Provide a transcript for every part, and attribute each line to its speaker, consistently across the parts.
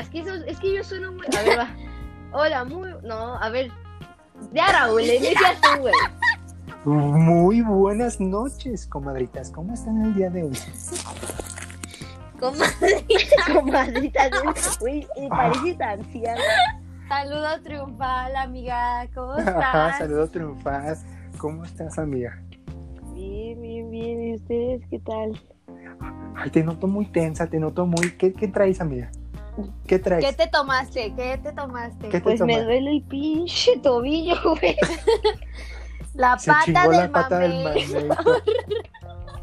Speaker 1: es que, eso, es que yo sueno muy. A ver, va. Hola, muy. No, a ver. Ya, Raúl, inicia tú, güey.
Speaker 2: Muy buenas noches, comadritas. ¿Cómo están el día de hoy?
Speaker 3: Comadre.
Speaker 1: Comadrita, güey, y pareces anciana.
Speaker 3: Saludo triunfal, amiga. ¿Cómo
Speaker 2: Ajá,
Speaker 3: estás?
Speaker 2: Saludos triunfadas. ¿Cómo estás, amiga?
Speaker 1: Bien, bien, bien. ¿Y ustedes qué tal?
Speaker 2: Ay, te noto muy tensa, te noto muy. ¿Qué, qué traes, amiga? ¿Qué traes?
Speaker 3: ¿Qué te tomaste? ¿Qué te tomaste?
Speaker 2: ¿Qué te
Speaker 1: Pues me
Speaker 2: tomas?
Speaker 1: duele el pinche tobillo, güey.
Speaker 3: La
Speaker 2: Se
Speaker 3: pata
Speaker 2: chingó
Speaker 3: del
Speaker 2: la pata del
Speaker 3: mamey.
Speaker 2: mameito.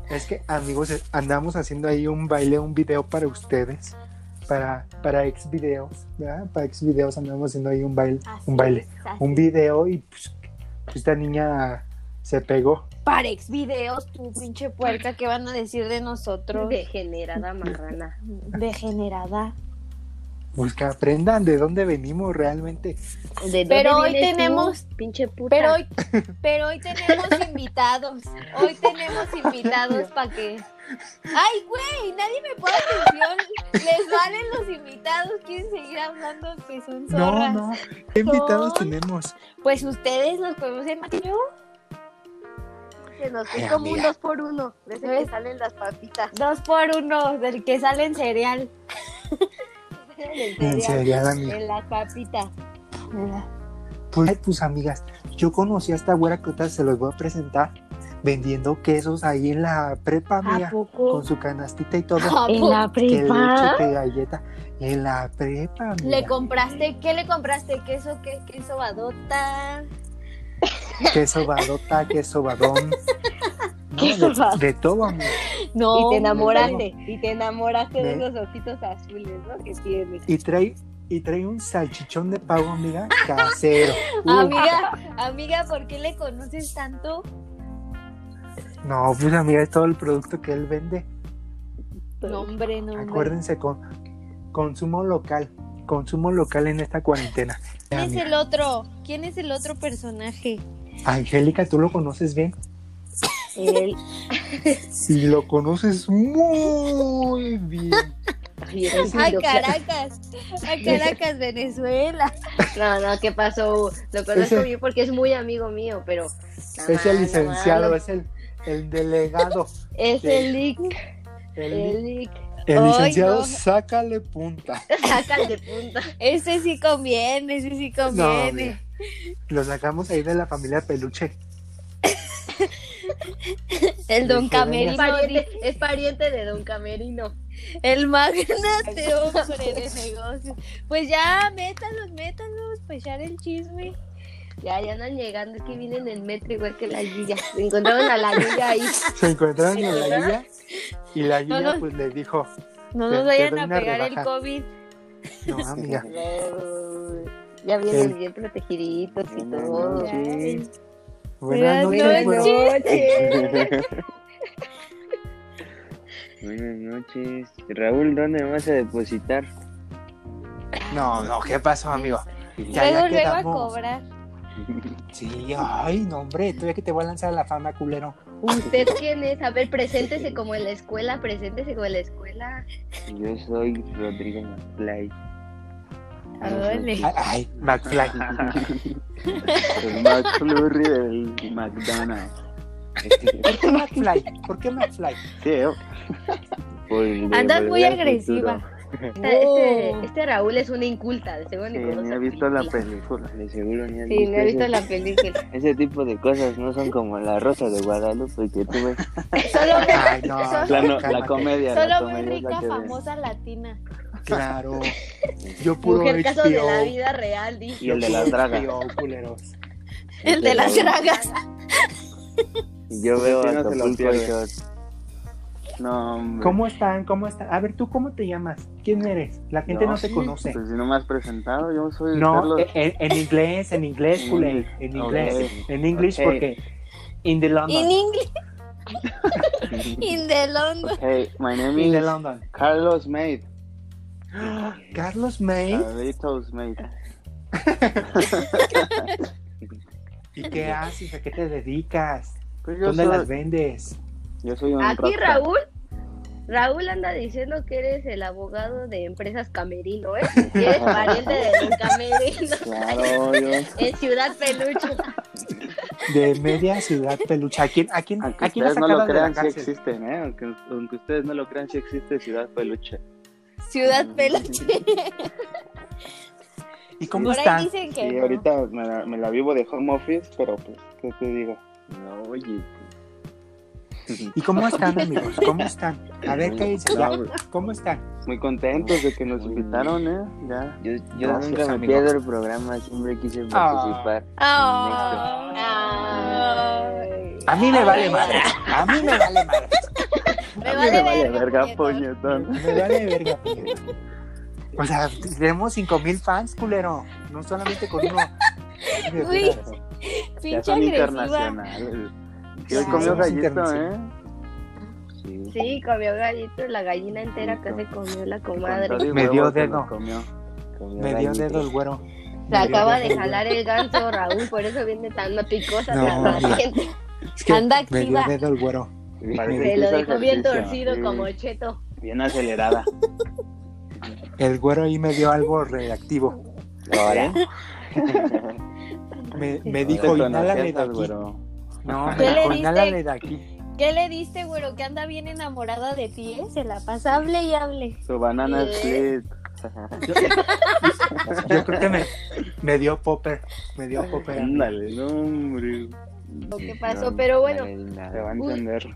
Speaker 2: Es que, amigos, eh, andamos haciendo ahí un baile, un video para ustedes. Para, para ex videos, ¿verdad? Para ex videos andamos haciendo ahí un baile.
Speaker 3: Así
Speaker 2: Un baile.
Speaker 3: es, así
Speaker 2: Un
Speaker 3: es.
Speaker 2: video y pues, pues, esta niña se pegó.
Speaker 3: Parex videos, tu pinche puerca, ¿qué van a decir de nosotros?
Speaker 1: Degenerada marrana.
Speaker 3: Degenerada.
Speaker 2: Pues que aprendan de dónde venimos realmente.
Speaker 1: ¿De dónde
Speaker 3: Pero hoy
Speaker 1: vienes tú,
Speaker 3: tenemos-
Speaker 1: Pinche puta.
Speaker 3: Pero hoy, pero hoy tenemos invitados. Hoy tenemos invitados para que. Ay, güey, nadie me pone atención. Les valen los invitados. Quieren seguir hablando que son
Speaker 2: No,
Speaker 3: zorras.
Speaker 2: no. ¿Qué invitados
Speaker 3: Son-
Speaker 2: tenemos?
Speaker 3: Pues ustedes los conocen, Mateo.
Speaker 1: Se nos
Speaker 2: Ay,
Speaker 1: es como un
Speaker 2: amiga.
Speaker 1: dos por uno. Desde que
Speaker 3: ¿Ves?
Speaker 1: salen las papitas.
Speaker 3: Dos por uno, del que sale en cereal. En
Speaker 2: En serio, amiga.
Speaker 3: En las papitas.
Speaker 2: Pues, ay, pues, amigas, yo conocí a esta güera que ahorita se los voy a presentar vendiendo quesos ahí en la prepa,
Speaker 3: ¿A
Speaker 2: amiga,
Speaker 3: poco? Ah,
Speaker 2: con su canastita y todo.
Speaker 3: ¿A
Speaker 1: En
Speaker 3: poco?
Speaker 1: la
Speaker 2: que leche,
Speaker 1: prepa.
Speaker 2: que galleta. En la prepa,
Speaker 3: ¿Le
Speaker 2: amiga.
Speaker 3: compraste? ¿Qué le compraste? ¿Queso? ¿Qué queso badota?
Speaker 2: queso badota, queso badón. No,
Speaker 1: Queso
Speaker 2: de,
Speaker 1: badón.
Speaker 2: de todo, amiga.
Speaker 3: No.
Speaker 2: Oh,
Speaker 1: y te
Speaker 2: enamoraste,
Speaker 1: enamoraste, y te enamoraste
Speaker 2: de
Speaker 1: de
Speaker 2: ¿Ve?
Speaker 1: los ojitos azules, ¿no? Que tienes.
Speaker 2: Y trae, y trae un salchichón de pavo, amiga, casero. Uy,
Speaker 3: Amiga, amiga, ¿por qué le conoces tanto?
Speaker 2: no, pues, amiga, es todo el producto que él vende.
Speaker 3: No, hombre, no. hombre.
Speaker 2: Acuérdense con consumo local, consumo local en esta cuarentena.
Speaker 3: ¿Quién es
Speaker 2: Amiga,
Speaker 3: el otro? ¿Quién es el otro personaje?
Speaker 2: Angélica, tú lo conoces bien.
Speaker 1: Él,
Speaker 2: Sí, lo conoces muy bien.
Speaker 1: bien,
Speaker 3: ¡A
Speaker 1: lo-
Speaker 3: Caracas! ¡A Caracas, Venezuela!
Speaker 1: No, no, ¿qué pasó? Lo conozco
Speaker 2: Ese-
Speaker 1: bien porque es muy amigo mío, pero. no
Speaker 2: es el
Speaker 1: más, no
Speaker 2: licenciado,
Speaker 1: más,
Speaker 2: es el, el delegado.
Speaker 1: Es el Lick.
Speaker 2: El,
Speaker 1: El Lick.
Speaker 2: el
Speaker 3: Ay,
Speaker 2: licenciado,
Speaker 3: no.
Speaker 2: sácale punta.
Speaker 1: Sacan de punta.
Speaker 3: Ese sí conviene, ese sí
Speaker 2: No,
Speaker 3: conviene.
Speaker 2: mira, lo sacamos ahí de la familia Peluche.
Speaker 3: El don
Speaker 2: Dije,
Speaker 1: Es
Speaker 3: Camerino,
Speaker 1: pariente, es pariente de Don Camerino.
Speaker 3: el magnate hombre de negocios. Pues ya, métalos, métalos, pues ya el chisme.
Speaker 1: Ya, ya andan llegando, es que vienen en el metro igual que la Liga. Se encontraron a la Liga ahí.
Speaker 2: Se encontraron en la
Speaker 1: ¿Verdad?
Speaker 2: guía y la guía
Speaker 3: no.
Speaker 2: pues le dijo,
Speaker 3: No
Speaker 2: Te-
Speaker 3: nos
Speaker 2: te
Speaker 3: vayan
Speaker 2: doy
Speaker 3: a
Speaker 2: una
Speaker 3: pegar el
Speaker 2: rebaja.
Speaker 3: COVID.
Speaker 2: no amiga,
Speaker 1: Ya vienen
Speaker 2: El-
Speaker 1: bien protegiditos y
Speaker 2: Buenas
Speaker 1: todo.
Speaker 2: noches. Sí.
Speaker 3: Ay,
Speaker 2: buenas
Speaker 3: Buenas noches.
Speaker 2: noches, güero.
Speaker 4: Buenas noches. Raúl, ¿dónde me vas a depositar?
Speaker 2: No, no, ¿qué pasó, amigo?
Speaker 3: Luego, luego a
Speaker 2: quedamos.
Speaker 3: cobrar.
Speaker 2: Sí, ay, no, hombre, todavía que te voy a lanzar a la fama, culero.
Speaker 1: ¿Usted quién es? A ver, preséntese como en la escuela, preséntese como en la escuela.
Speaker 4: Yo soy Rodrigo McFly.
Speaker 3: Ah, Órale.
Speaker 4: Ah,
Speaker 2: Ay, ay, McFly.
Speaker 4: El McFlurry del McDonald's.
Speaker 2: ¿Por qué McFly? ¿Por qué McFly?
Speaker 4: Sí, yo. Pues de
Speaker 3: Andas muy
Speaker 4: volver al
Speaker 3: agresiva.
Speaker 4: futuro.
Speaker 1: Este,
Speaker 3: Oh.
Speaker 1: este, este Raúl es una inculta, de seguro
Speaker 4: Sí,
Speaker 1: ni conoce
Speaker 4: ni
Speaker 1: la
Speaker 4: ha visto la
Speaker 1: película.
Speaker 4: película, de seguro ni ha
Speaker 1: Sí, no he visto
Speaker 4: ese-
Speaker 1: la película.
Speaker 4: Ese tipo de cosas no son como la rosa de Guadalupe que tú ves.
Speaker 3: Solo,
Speaker 2: Ay, no,
Speaker 4: La, no- la
Speaker 2: cálmate.
Speaker 4: comedia. la
Speaker 3: solo muy
Speaker 4: comedia es la
Speaker 3: rica,
Speaker 4: que ves.
Speaker 3: famosa latina.
Speaker 2: Claro. Yo puro
Speaker 1: Mujer caso de la
Speaker 2: HBO.
Speaker 1: vida real, dije.
Speaker 4: Y el de las
Speaker 2: puro
Speaker 4: dragas.
Speaker 2: HBO, culeros.
Speaker 3: El de las dragas.
Speaker 4: Y Yo veo
Speaker 5: Sí,
Speaker 4: a
Speaker 5: no se lo
Speaker 4: Acapulco
Speaker 5: pierde.
Speaker 4: Shore. No, hombre.
Speaker 2: ¿Cómo están? ¿Cómo están? A ver, ¿tú cómo te llamas? ¿Quién eres? La gente no,
Speaker 4: No,
Speaker 2: te
Speaker 4: sí,
Speaker 2: conoce.
Speaker 4: Pues si no me has presentado, yo soy
Speaker 2: No,
Speaker 4: Carlos.
Speaker 2: en, en inglés, en inglés,
Speaker 4: En
Speaker 2: culero.
Speaker 4: inglés.
Speaker 2: En inglés. En inglés,
Speaker 4: Ok. Ok.
Speaker 2: porque. In the
Speaker 3: In
Speaker 2: London.
Speaker 3: English, in the London.
Speaker 4: Hey, my name
Speaker 2: In the
Speaker 4: is
Speaker 2: London.
Speaker 4: Carlos Maid.
Speaker 2: Carlos May.
Speaker 4: Carlitos Maid.
Speaker 2: ¿Y qué haces? ¿A qué te dedicas?
Speaker 4: Pues yo
Speaker 2: ¿Dónde
Speaker 4: soy,
Speaker 2: las vendes?
Speaker 4: yo soy un
Speaker 1: Aquí
Speaker 4: rockstar.
Speaker 1: Raúl Raúl anda diciendo que eres el abogado de empresas Camerino, ¿eh? Que eres pariente de los Camerino
Speaker 4: Claro, yo.
Speaker 1: en Ciudad Peluche.
Speaker 2: De media ciudad peluche. ¿A quién, a quién,
Speaker 4: Aunque
Speaker 2: a quién la
Speaker 4: ustedes no lo
Speaker 2: sacaron de la
Speaker 4: crean, sí
Speaker 2: cárcel?
Speaker 4: existen, ¿eh? Aunque, aunque ustedes no lo crean, sí existe Ciudad Peluche.
Speaker 3: Ciudad Peluche.
Speaker 2: ¿Y cómo
Speaker 3: Por
Speaker 2: están?
Speaker 3: ahí dicen que.
Speaker 4: Y
Speaker 3: no.
Speaker 4: ahorita me la, me la vivo de home office, pero pues, ¿qué te digo? No, oye.
Speaker 5: pues.
Speaker 2: ¿Y cómo están, amigos? ¿Cómo están? A ver qué dicen.
Speaker 4: No,
Speaker 2: ya.
Speaker 4: pues,
Speaker 2: ¿Cómo están?
Speaker 4: Muy contentos de que nos invitaron, ¿eh? Ya.
Speaker 6: Yo, yo
Speaker 4: Gracias,
Speaker 6: nunca me
Speaker 4: amigo.
Speaker 6: pierdo el programa, siempre quise
Speaker 2: Ah.
Speaker 6: participar.
Speaker 3: Ah.
Speaker 1: Ay.
Speaker 2: A mí me vale madre. A mí me vale madre.
Speaker 3: Me
Speaker 4: A mí
Speaker 3: vale
Speaker 4: me vale
Speaker 3: verga,
Speaker 4: verga,
Speaker 3: puñetón.
Speaker 4: puñetón.
Speaker 2: Me vale verga. O sea, tenemos 5000 fans, culero. No solamente con uno.
Speaker 3: Uy.
Speaker 4: Ya
Speaker 3: Pinche
Speaker 4: son
Speaker 3: agresiva.
Speaker 4: internacionales. Sí, hoy
Speaker 2: Sí,
Speaker 4: comió
Speaker 2: somos
Speaker 4: gallito, ¿eh?
Speaker 2: internacionales.
Speaker 6: Sí.
Speaker 1: Sí, comió gallito, la gallina entera que se comió la
Speaker 4: Con
Speaker 1: comadre.
Speaker 4: todo y
Speaker 2: Me
Speaker 4: huevo
Speaker 2: dio
Speaker 4: se lo
Speaker 2: dedo.
Speaker 4: comió.
Speaker 6: comió
Speaker 2: Me dio
Speaker 6: gallito.
Speaker 2: dedo el güero.
Speaker 1: Se acaba de
Speaker 2: jalar
Speaker 1: jalar el ganso Raúl, por eso viene tan picosa
Speaker 2: No,
Speaker 1: la
Speaker 2: mira.
Speaker 1: pariente.
Speaker 2: Es que
Speaker 3: Anda
Speaker 2: me dio
Speaker 3: activa.
Speaker 2: dedo el güero.
Speaker 4: Parece
Speaker 1: Se
Speaker 4: que
Speaker 1: lo
Speaker 4: hizo
Speaker 1: dejó bien
Speaker 4: ejercicio.
Speaker 1: torcido
Speaker 4: Sí,
Speaker 1: como cheto.
Speaker 4: Bien acelerada.
Speaker 2: El güero ahí me dio algo reactivo.
Speaker 4: Ahora.
Speaker 2: Me, me dijo, inhálale de aquí. No, me
Speaker 3: ¿Qué le
Speaker 2: dijo,
Speaker 3: diste?
Speaker 2: inhálale de aquí.
Speaker 3: ¿Qué le diste, güero? Que anda bien enamorada de ti, ¿eh? Se la pasa, hable y hable.
Speaker 4: Su banana split.
Speaker 2: Yo creo que me, me dio popper. Me dio popper.
Speaker 4: Ándale, no, hombre.
Speaker 1: Lo que pasó, pero bueno.
Speaker 4: Se va a
Speaker 1: Uy.
Speaker 4: entender.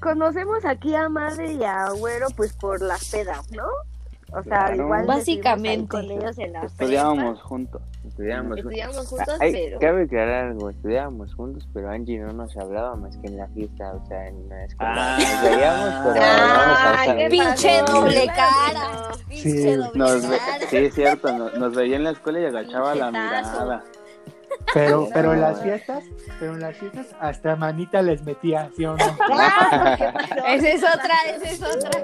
Speaker 1: Conocemos aquí a madre y a güero, pues por las pedas, ¿no? O sea,
Speaker 4: Claro.
Speaker 1: igual nos
Speaker 3: Básicamente.
Speaker 1: fuimos ahí con ellos en la
Speaker 4: Estudiábamos Pues juntos.
Speaker 6: Estudiábamos juntos.
Speaker 1: Estudiamos juntos,
Speaker 6: Ay,
Speaker 1: pero.
Speaker 6: Cabe aclarar algo, estudiábamos juntos, pero Angie no nos hablaba más que en la fiesta, o sea, en la escuela.
Speaker 4: Ah.
Speaker 6: nos veíamos, pero
Speaker 4: Ah,
Speaker 6: no nos
Speaker 1: qué
Speaker 6: alcanzamos.
Speaker 3: Pinche
Speaker 1: pasó,
Speaker 3: doble
Speaker 1: claro que
Speaker 3: cara.
Speaker 1: no.
Speaker 3: Pinche
Speaker 2: Sí,
Speaker 3: doble
Speaker 4: Nos ve-
Speaker 3: cara.
Speaker 4: sí, es cierto, no- nos, veía en la escuela y agachaba la
Speaker 3: Jetazo.
Speaker 4: mirada.
Speaker 2: Pero,
Speaker 1: No.
Speaker 2: pero en las fiestas, pero en las fiestas hasta manita les metía, ¿sí o no?
Speaker 1: Ah, ¿qué pasó?
Speaker 3: Esa es otra, esa es otra.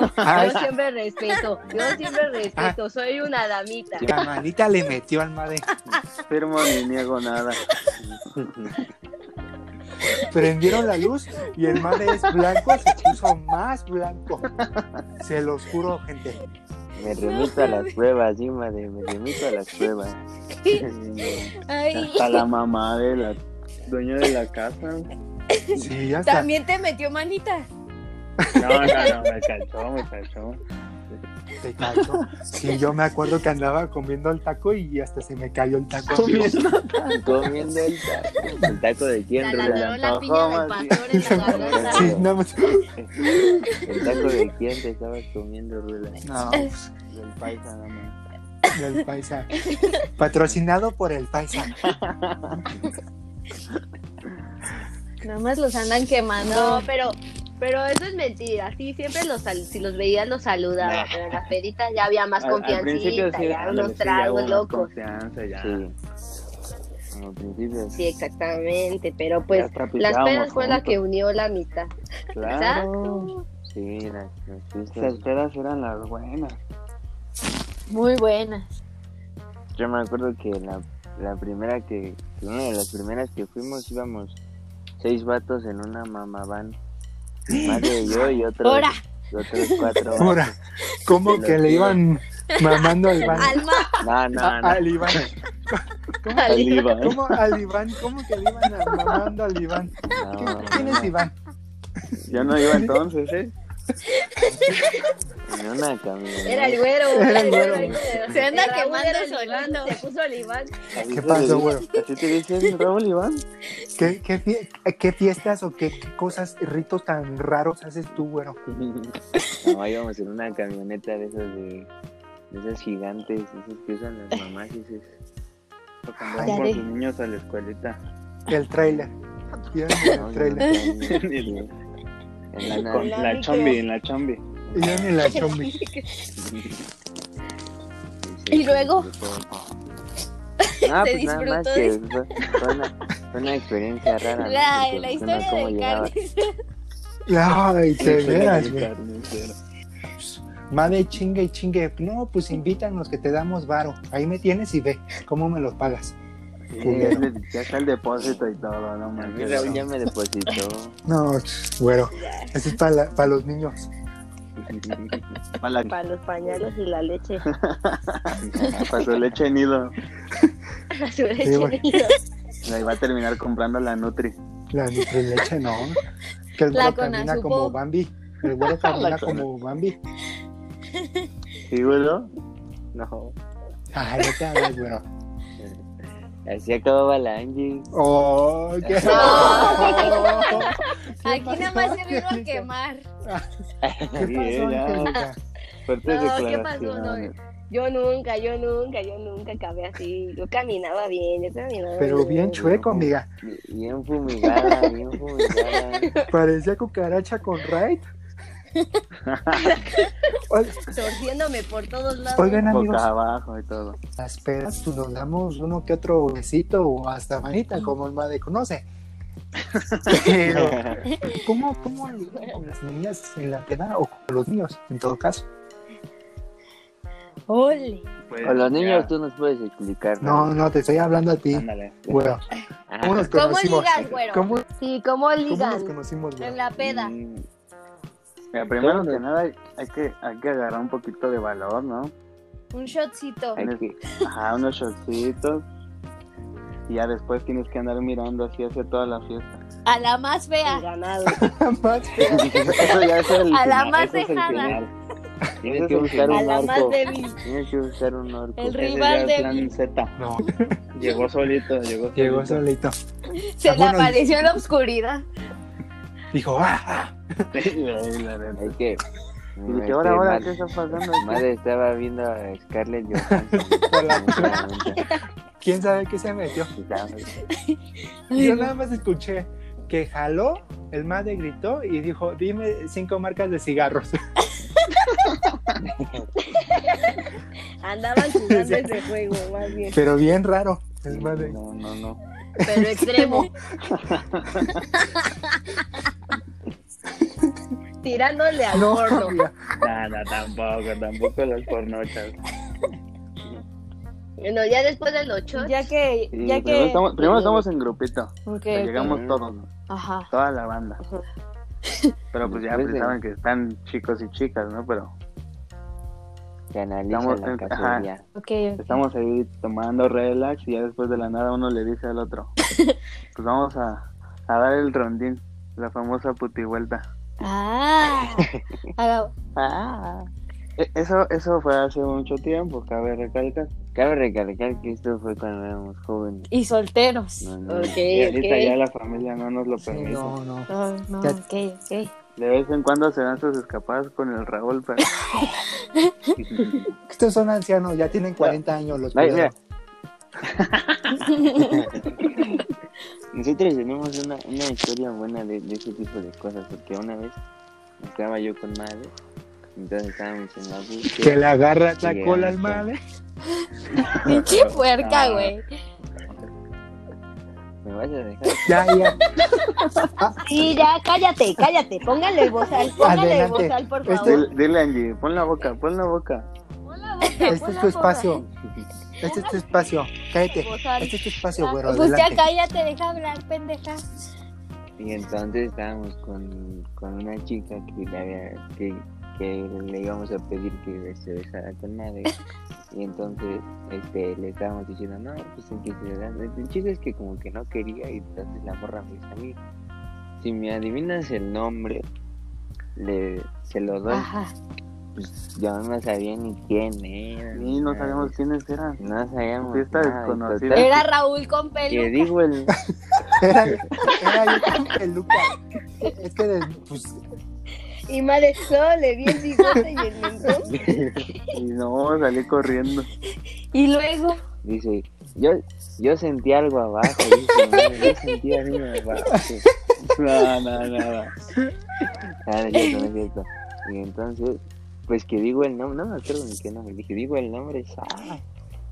Speaker 1: No,
Speaker 2: Ay.
Speaker 1: yo siempre respeto, yo siempre respeto, soy una damita.
Speaker 2: La manita le metió al madre.
Speaker 4: Firmo ni niego nada.
Speaker 2: Prendieron la luz y el madre es blanco, se puso más blanco. Se los juro, gente.
Speaker 6: Me remito a las pruebas, sí, madre, me remito a las pruebas.
Speaker 3: Ay.
Speaker 4: Hasta la mamá de la dueña de la casa.
Speaker 2: Sí, ya está.
Speaker 3: También te metió manita.
Speaker 4: No, no, no, me cachó, me cachó.
Speaker 2: Te cacho. Sí, yo me acuerdo que andaba comiendo el taco y hasta se me cayó el taco.
Speaker 6: Comiendo el taco, el taco de quién,
Speaker 1: La
Speaker 6: Rubén?
Speaker 1: ladró la
Speaker 4: antojó
Speaker 1: piña del
Speaker 4: más bien.
Speaker 1: pastor en la garganta.
Speaker 2: Sí, no, pues,
Speaker 6: El taco de quién te estabas comiendo, Rula.
Speaker 2: no, pues,
Speaker 4: Del paisa nada más.
Speaker 2: del paisa. Patrocinado por el paisa.
Speaker 3: Nada más los andan quemando.
Speaker 1: No, pero, pero eso es mentira. Sí, siempre los sal- si los veías los saludaba, pero en la ferita ya había más
Speaker 4: Al- Al principio
Speaker 1: confiancita,
Speaker 4: sí,
Speaker 1: ya
Speaker 4: ándale,
Speaker 1: unos
Speaker 4: sí, ya hubo
Speaker 1: tragos
Speaker 4: más
Speaker 1: locos.
Speaker 4: Confianza, ya.
Speaker 6: Sí. Al principio,
Speaker 1: Sí, exactamente, pero pues
Speaker 4: hasta
Speaker 1: las
Speaker 4: pisábamos
Speaker 1: pedas fue la
Speaker 4: juntos.
Speaker 1: que unió la mitad.
Speaker 4: Claro.
Speaker 6: sí, las, las
Speaker 4: Esas
Speaker 6: fiestas.
Speaker 4: pedas eran las buenas.
Speaker 3: Muy buenas.
Speaker 6: Yo me acuerdo que la, la primera que, que una de las primeras que fuimos íbamos seis vatos en una mamaban. Madre y yo y otros,
Speaker 3: Ahora,
Speaker 6: otros cuatro.
Speaker 2: Ahora, ¿cómo que le iban mamando al Iván?
Speaker 3: alma.
Speaker 6: No, no, no.
Speaker 2: Al Iván. ¿Cómo, ¿Cómo al Iván? ¿Cómo que le iban a- mamando al Iván?
Speaker 6: no,
Speaker 2: ¿Quién es Iván?
Speaker 4: Yo no iba entonces, ¿eh?
Speaker 6: En una
Speaker 1: Era el
Speaker 6: camioneta.
Speaker 1: güero.
Speaker 2: Era el güero.
Speaker 3: Se anda
Speaker 1: Raúl
Speaker 3: quemando
Speaker 1: era el Iván,
Speaker 3: solito.
Speaker 1: Se puso el Iván.
Speaker 6: Así
Speaker 2: ¿Qué
Speaker 6: te
Speaker 2: pasó,
Speaker 6: digo-
Speaker 2: güero?
Speaker 6: Así te dicen, Raúl Iván.
Speaker 2: ¿Qué, qué, fie- qué fiestas o qué, qué cosas, ritos tan raros haces tú, güero?
Speaker 6: No, íbamos en una camioneta de esas de, de esas gigantes, esas que usan las mamás y esas.
Speaker 3: Ya
Speaker 4: Cuando van con
Speaker 3: ve.
Speaker 4: sus niños a la escuelita.
Speaker 2: El trailer. Iban en el
Speaker 6: No, yo
Speaker 2: trailer.
Speaker 6: no sé, no sé. En la
Speaker 4: Con
Speaker 6: nave.
Speaker 4: la chombi, en la chombi.
Speaker 2: Iban en la chombi.
Speaker 3: Y luego.
Speaker 4: Ah,
Speaker 6: No,
Speaker 3: Se
Speaker 6: pues nada más
Speaker 3: disfrutó
Speaker 6: que fue, fue una, fue una experiencia rara. ¿no?
Speaker 3: La, la
Speaker 6: Porque uno
Speaker 4: pues,
Speaker 3: historia
Speaker 6: cómo
Speaker 3: del
Speaker 6: llegaba.
Speaker 3: carnicero.
Speaker 2: Ay, te veras, güey.
Speaker 4: Carnicero.
Speaker 2: Madre chingue y chingue. No, pues invítanos que te damos varo. Ahí me tienes y ve cómo me los pagas.
Speaker 4: Ya, me- ya está el depósito y todo, no
Speaker 7: A mí
Speaker 4: mames.
Speaker 7: Raúl
Speaker 4: ya me depositó.
Speaker 2: No, güero. Eso es para, la- para los niños.
Speaker 4: Para la
Speaker 1: Para los pañales y la leche.
Speaker 4: para su leche nido.
Speaker 1: La su leche.
Speaker 2: güey.
Speaker 4: La iba a terminar comprando la Nutri.
Speaker 2: La nutrileche, no. Que el
Speaker 3: La
Speaker 2: güero camina
Speaker 3: Conazupo.
Speaker 2: como Bambi. El güero camina como Bambi.
Speaker 4: ¿Sí, güero?
Speaker 7: No.
Speaker 2: Ay, no te hagas, güero.
Speaker 4: Así acababa la Angie.
Speaker 2: Oh, qué
Speaker 3: No.
Speaker 2: ¿Qué
Speaker 3: Aquí nada más se vino a
Speaker 2: Angélica?
Speaker 3: quemar.
Speaker 2: ¿Qué pasó,
Speaker 4: Bien, ya.
Speaker 2: Angélica?
Speaker 4: Fuertes
Speaker 1: No, ¿qué pasó? No,
Speaker 4: declaraciones.
Speaker 1: Yo nunca, yo nunca, yo nunca acabé así. Yo caminaba bien, yo caminaba
Speaker 2: Pero bien chueco, amiga.
Speaker 4: Bien fumigada, bien fumigada.
Speaker 2: Parecía cucaracha con Raid. Oigan,
Speaker 1: Torciéndome por todos lados.
Speaker 2: Oigan, amigos,
Speaker 4: Boca abajo y todo.
Speaker 2: las peras pues, nos damos uno que otro besito o hasta manita, como el madre conoce. Pero, ¿cómo, cómo lidian con las niñas en la peda o con los niños, en todo caso?
Speaker 3: Ole.
Speaker 7: Pues,
Speaker 4: Con los
Speaker 7: ya.
Speaker 4: niños tú nos puedes explicar.
Speaker 2: No, no, te estoy hablando a ti,
Speaker 7: Ándale.
Speaker 2: güero.
Speaker 4: Ajá.
Speaker 2: ¿Cómo nos
Speaker 3: Ah, ¿Cómo
Speaker 2: conocimos?
Speaker 3: ligas, güero?
Speaker 2: ¿Cómo, cómo
Speaker 1: Sí, ¿cómo
Speaker 2: nos
Speaker 1: ligan?
Speaker 2: conocimos, güero?
Speaker 3: En la peda.
Speaker 4: Mm. Mira, primero que nada hay que, hay que agarrar un poquito de valor, ¿no?
Speaker 3: Un shotcito.
Speaker 4: Hay que, ajá, unos shortcitos. Y ya después tienes que andar mirando así hacia toda la fiesta.
Speaker 3: A la más
Speaker 1: Y
Speaker 3: fea.
Speaker 1: ganado.
Speaker 4: Eso ya es el
Speaker 3: A la
Speaker 4: final,
Speaker 3: más
Speaker 4: eso es el
Speaker 3: dejada.
Speaker 4: final.
Speaker 7: Ese
Speaker 4: Tienes
Speaker 7: es
Speaker 4: que
Speaker 7: el
Speaker 4: buscar
Speaker 1: A
Speaker 4: un
Speaker 1: la más
Speaker 4: arco.
Speaker 1: débil.
Speaker 4: Tienes que buscar un arco.
Speaker 3: El
Speaker 4: Ese
Speaker 3: rival
Speaker 4: ya es
Speaker 3: de
Speaker 4: plan
Speaker 3: mi-
Speaker 4: Z.
Speaker 2: No,
Speaker 7: Llegó solito, llegó
Speaker 2: llegó
Speaker 7: solito.
Speaker 2: solito.
Speaker 3: Se le
Speaker 2: bueno, y-
Speaker 3: apareció en la oscuridad.
Speaker 2: Dijo, ¡ah!
Speaker 7: Ay, la neta.
Speaker 4: Hay que.
Speaker 7: Y
Speaker 4: Este,
Speaker 7: dije, ahora, ahora,
Speaker 4: madre-
Speaker 7: ¿qué está pasando?
Speaker 4: Madre estaba viendo a Scarlett Johansson.
Speaker 2: ¿Quién sabe qué se metió? Yo nada más escuché que jaló, el madre gritó y dijo, dime cinco marcas de cigarros.
Speaker 1: Mm. Andaban jugando ese juego, más bien.
Speaker 2: Pero bien raro, el madre.
Speaker 4: No, no, no.
Speaker 1: Pero extremo. Tirándole al
Speaker 2: No,
Speaker 1: horno.
Speaker 2: amiga.
Speaker 7: Nada, tampoco, tampoco las pornochas.
Speaker 1: Bueno, ya después de los shots,
Speaker 3: Ya que,
Speaker 4: Sí,
Speaker 3: ya
Speaker 4: primero,
Speaker 3: que.
Speaker 4: estamos, primero estamos en grupito.
Speaker 3: Ok,
Speaker 4: o sea, llegamos
Speaker 7: ok.
Speaker 4: todos,
Speaker 3: Ajá.
Speaker 4: toda la banda. Pero pues ya
Speaker 7: Después de-
Speaker 4: pensaban que están chicos y chicas, ¿no? Pero
Speaker 6: Se analiza
Speaker 4: estamos,
Speaker 6: la
Speaker 4: en- ajá,
Speaker 6: cacería.
Speaker 3: Ok.
Speaker 4: estamos ahí tomando relax y ya después de la nada uno le dice al otro, pues vamos a, a dar el rondín, la famosa putivuelta.
Speaker 3: Ah. Haga-
Speaker 6: Ah.
Speaker 4: E- Eso, eso fue hace mucho tiempo, cabe recalcar.
Speaker 6: Cabe recalcar que esto fue cuando éramos jóvenes.
Speaker 3: Y solteros.
Speaker 6: No, no.
Speaker 1: Ok,
Speaker 4: y ahorita ya
Speaker 1: ok.
Speaker 4: la familia no nos lo
Speaker 2: Sí,
Speaker 4: permite.
Speaker 2: no, no.
Speaker 3: No, no,
Speaker 2: Ya-
Speaker 3: ok, ok.
Speaker 4: De vez en cuando se dan sus escapadas con el Raúl, pero...
Speaker 2: Estos son ancianos, ya tienen 40 años los
Speaker 4: Ay, mira.
Speaker 2: cuidados.
Speaker 6: Nosotros tenemos una, una historia buena de, de ese tipo de cosas, porque una vez estaba yo con madre, entonces estábamos en la
Speaker 2: Que
Speaker 6: búsqueda.
Speaker 2: le agarra la
Speaker 6: Sí,
Speaker 2: cola al
Speaker 6: sí.
Speaker 2: madre.
Speaker 3: Pinche puerca,
Speaker 4: Ah.
Speaker 3: güey.
Speaker 6: ¿Me vas a dejar?
Speaker 2: Ya, ya.
Speaker 1: Sí, ya, cállate, cállate. Póngale el bozal, póngale el
Speaker 2: Adelante.
Speaker 1: bozal, por
Speaker 2: Este-
Speaker 1: favor.
Speaker 4: Dile, dile, Angie, pon la boca, pon la boca.
Speaker 2: Este es tu espacio. Este es tu espacio. Cállate. Este es tu espacio, güero.
Speaker 3: pues ya
Speaker 2: Adelante.
Speaker 3: cállate, deja hablar, pendeja.
Speaker 6: Y entonces estábamos con, con una chica que le, había- que, que le íbamos a pedir que se besara con madre. Y entonces este, le estábamos diciendo, no, pues en que se besan". El chiste es que como que no quería y entonces la morra me dice a mí, si me adivinas el nombre, le, se lo doy.
Speaker 3: Ajá.
Speaker 6: Pues yo no sabía ni quién era.
Speaker 4: Y no
Speaker 6: nada.
Speaker 4: sabemos quiénes eran.
Speaker 6: No sabíamos.
Speaker 4: Fiesta
Speaker 6: nada.
Speaker 4: desconocida.
Speaker 6: Total,
Speaker 3: Era Raúl con
Speaker 6: Que
Speaker 3: pelo.
Speaker 6: digo el...
Speaker 2: Era, era yo con peluca. Es que, de- pues,
Speaker 1: Y madre, solo le vi el bigote y el mentón.
Speaker 4: Y no, salí corriendo.
Speaker 3: Y luego,
Speaker 6: Dice, yo, yo sentí algo abajo, dice, "no, yo sentí algo abajo.
Speaker 4: No, no, no. no.
Speaker 6: Ah, no es cierto, no es cierto. Y entonces, pues que digo el nombre, no me acuerdo ni qué nombre, dije, digo el nombre, ¡sa!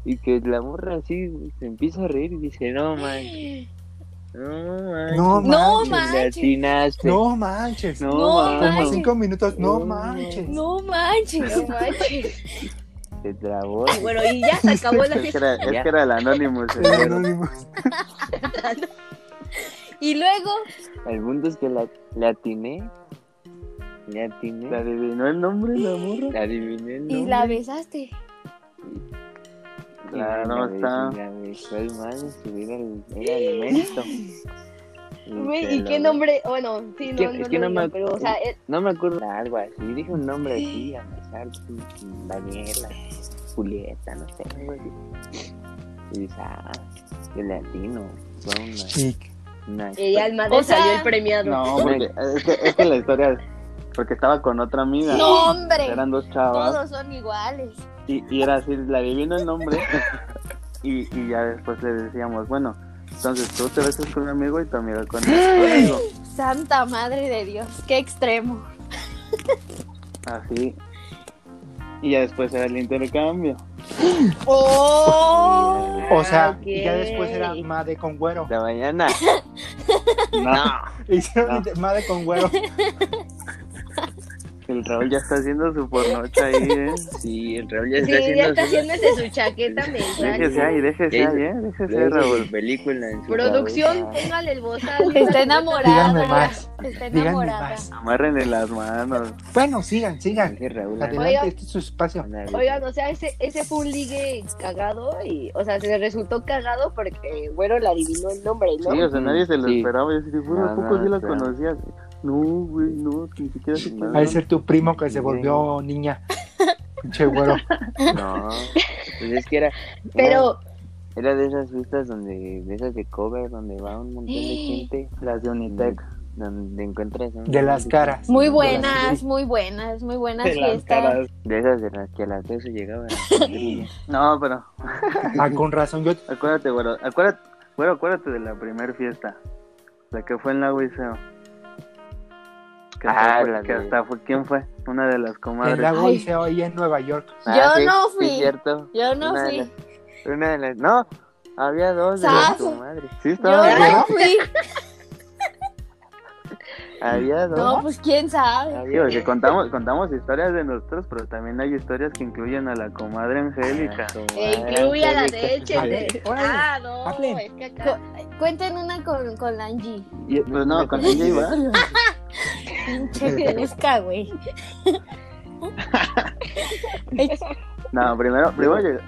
Speaker 6: y que la morra así se empieza a reír y dice, no manches, no manches,
Speaker 2: no
Speaker 3: no
Speaker 2: manches.
Speaker 6: le
Speaker 3: manches.
Speaker 6: atinaste,
Speaker 2: No manches.
Speaker 4: No,
Speaker 3: No,
Speaker 4: mames.
Speaker 2: Como
Speaker 3: manches.
Speaker 2: cinco minutos. No
Speaker 6: No
Speaker 2: manches.
Speaker 3: No manches.
Speaker 1: No manches.
Speaker 4: se trabó.
Speaker 1: Bueno, y ya se acabó la
Speaker 4: Es que era, es que era el Anonymous. el
Speaker 2: El
Speaker 4: güero.
Speaker 2: anónimo.
Speaker 3: Y luego,
Speaker 4: El mundo es que la, le atiné.
Speaker 6: Le atiné,
Speaker 4: Le adivinó el nombre la morra.
Speaker 6: la adiviné el
Speaker 3: y
Speaker 6: nombre.
Speaker 3: la besaste.
Speaker 6: Y
Speaker 4: Claro,
Speaker 6: la
Speaker 4: está.
Speaker 6: besé, La besó el man y su vida era era el mérito.
Speaker 1: Güey,
Speaker 6: se
Speaker 1: ¿y
Speaker 6: lo
Speaker 1: qué
Speaker 6: besó.
Speaker 1: nombre? Bueno, sí, no,
Speaker 6: que-
Speaker 1: no,
Speaker 6: es que
Speaker 1: lo
Speaker 6: no me
Speaker 1: digo, pero, o sea, es-
Speaker 6: No me acuerdo algo así. Dije un nombre así, a pesar Daniela, Julieta, no sé, algo así. Y dice, ah, el latino. Fue una.
Speaker 2: Y
Speaker 6: una
Speaker 1: y Alma de
Speaker 3: O sea,
Speaker 1: salió el premiado.
Speaker 4: No, porque es que, es que la historia es- porque estaba con otra amiga.
Speaker 3: ¡No, hombre!
Speaker 4: Eran dos chavas
Speaker 3: Todos son iguales.
Speaker 4: y, y era así, le adivinó el nombre y, y ya después le decíamos, bueno, entonces tú te besas con un amigo y tu amigo con con el amigo.
Speaker 3: Santa madre de Dios, qué extremo.
Speaker 4: Así. Y ya después era el intercambio.
Speaker 3: ¡Oh!
Speaker 2: O sea,
Speaker 1: ok.
Speaker 2: ya después era Made con güero.
Speaker 6: La mañana.
Speaker 4: No,
Speaker 2: Hicieron
Speaker 4: No.
Speaker 2: Made con güero.
Speaker 4: el Raúl ya está haciendo su pornocha ahí, ¿eh?
Speaker 6: Sí, el Raúl ya
Speaker 1: Sí,
Speaker 6: está haciendo.
Speaker 1: ya está
Speaker 6: su-
Speaker 1: haciéndose su chaqueta mental.
Speaker 4: Déjese ahí, déjese
Speaker 6: Ya
Speaker 4: ahí,
Speaker 6: hizo-
Speaker 4: ¿eh? Déjese
Speaker 6: ya
Speaker 4: ahí,
Speaker 6: hizo su
Speaker 4: Raúl.
Speaker 6: película en su
Speaker 1: Producción,
Speaker 6: cabeza.
Speaker 1: póngale el bozal.
Speaker 3: Está
Speaker 2: Díganme
Speaker 3: enamorada.
Speaker 2: más.
Speaker 3: Está
Speaker 2: Díganme
Speaker 3: enamorada.
Speaker 2: más.
Speaker 4: Amárrenle las manos.
Speaker 2: Bueno, sigan, sigan.
Speaker 6: Dije, Raúl,
Speaker 2: Adelante,
Speaker 1: Oigan.
Speaker 2: este es su espacio.
Speaker 6: una vez.
Speaker 1: Oigan, o sea, ese, ese fue un ligue cagado y, o sea, se le resultó cagado porque, bueno, le adivinó el nombre, ¿no?
Speaker 4: Sí, o sea, nadie se lo
Speaker 6: Sí.
Speaker 4: esperaba. Yo así de, bueno, ¿a
Speaker 6: No,
Speaker 4: poco
Speaker 6: no,
Speaker 4: sí la
Speaker 6: claro.
Speaker 4: conocías? No, güey, no, ni siquiera se
Speaker 2: Ha de ser tu primo que se
Speaker 6: Sí.
Speaker 2: volvió niña. Pinche güero.
Speaker 6: No. Pues es que era.
Speaker 1: Pero,
Speaker 6: Era de esas fiestas donde, de esas de cover, donde va un montón de gente,
Speaker 4: Las de Unitec.
Speaker 6: donde encuentras a un-
Speaker 2: De las caras.
Speaker 3: Muy buenas, muy buenas, muy buenas fiestas.
Speaker 6: De esas de las que a las 12 llegaban.
Speaker 4: No, pero
Speaker 2: Ah, con razón. Yo
Speaker 4: acuérdate, güero. Acuérdate, güero, acuérdate de la primer fiesta. La que fue en la Wiseo. Que hasta
Speaker 6: Ah,
Speaker 4: fue-
Speaker 6: la
Speaker 4: que
Speaker 6: de-
Speaker 4: hasta fue, ¿quién fue? Una de las
Speaker 2: en
Speaker 4: comadres.
Speaker 2: la
Speaker 3: Ay.
Speaker 2: hice hoy en Nueva York.
Speaker 4: Ah,
Speaker 3: Yo no
Speaker 6: Ah, sí,
Speaker 3: fui.
Speaker 6: es cierto.
Speaker 3: Yo no
Speaker 6: Una de
Speaker 3: fui.
Speaker 6: las- Una de las. No, había dos de
Speaker 3: Sas.
Speaker 6: las comadres.
Speaker 4: Sí,
Speaker 3: Yo
Speaker 4: estaba.
Speaker 3: no fui.
Speaker 6: Había dos.
Speaker 3: No, pues quién sabe.
Speaker 4: Sí, porque contamos, contamos historias de nosotros, pero también hay historias que incluyen a la comadre Angélica.
Speaker 1: e incluye a la de Eche.
Speaker 2: Órale,
Speaker 1: de-
Speaker 2: órale,
Speaker 1: Ah, no,
Speaker 2: hablen.
Speaker 1: es que acá.
Speaker 3: Cuenten una con, con la Angie.
Speaker 4: Y- pues no, con ella iba.
Speaker 3: Pinche que busca, güey.
Speaker 4: No, primero, primero llegó-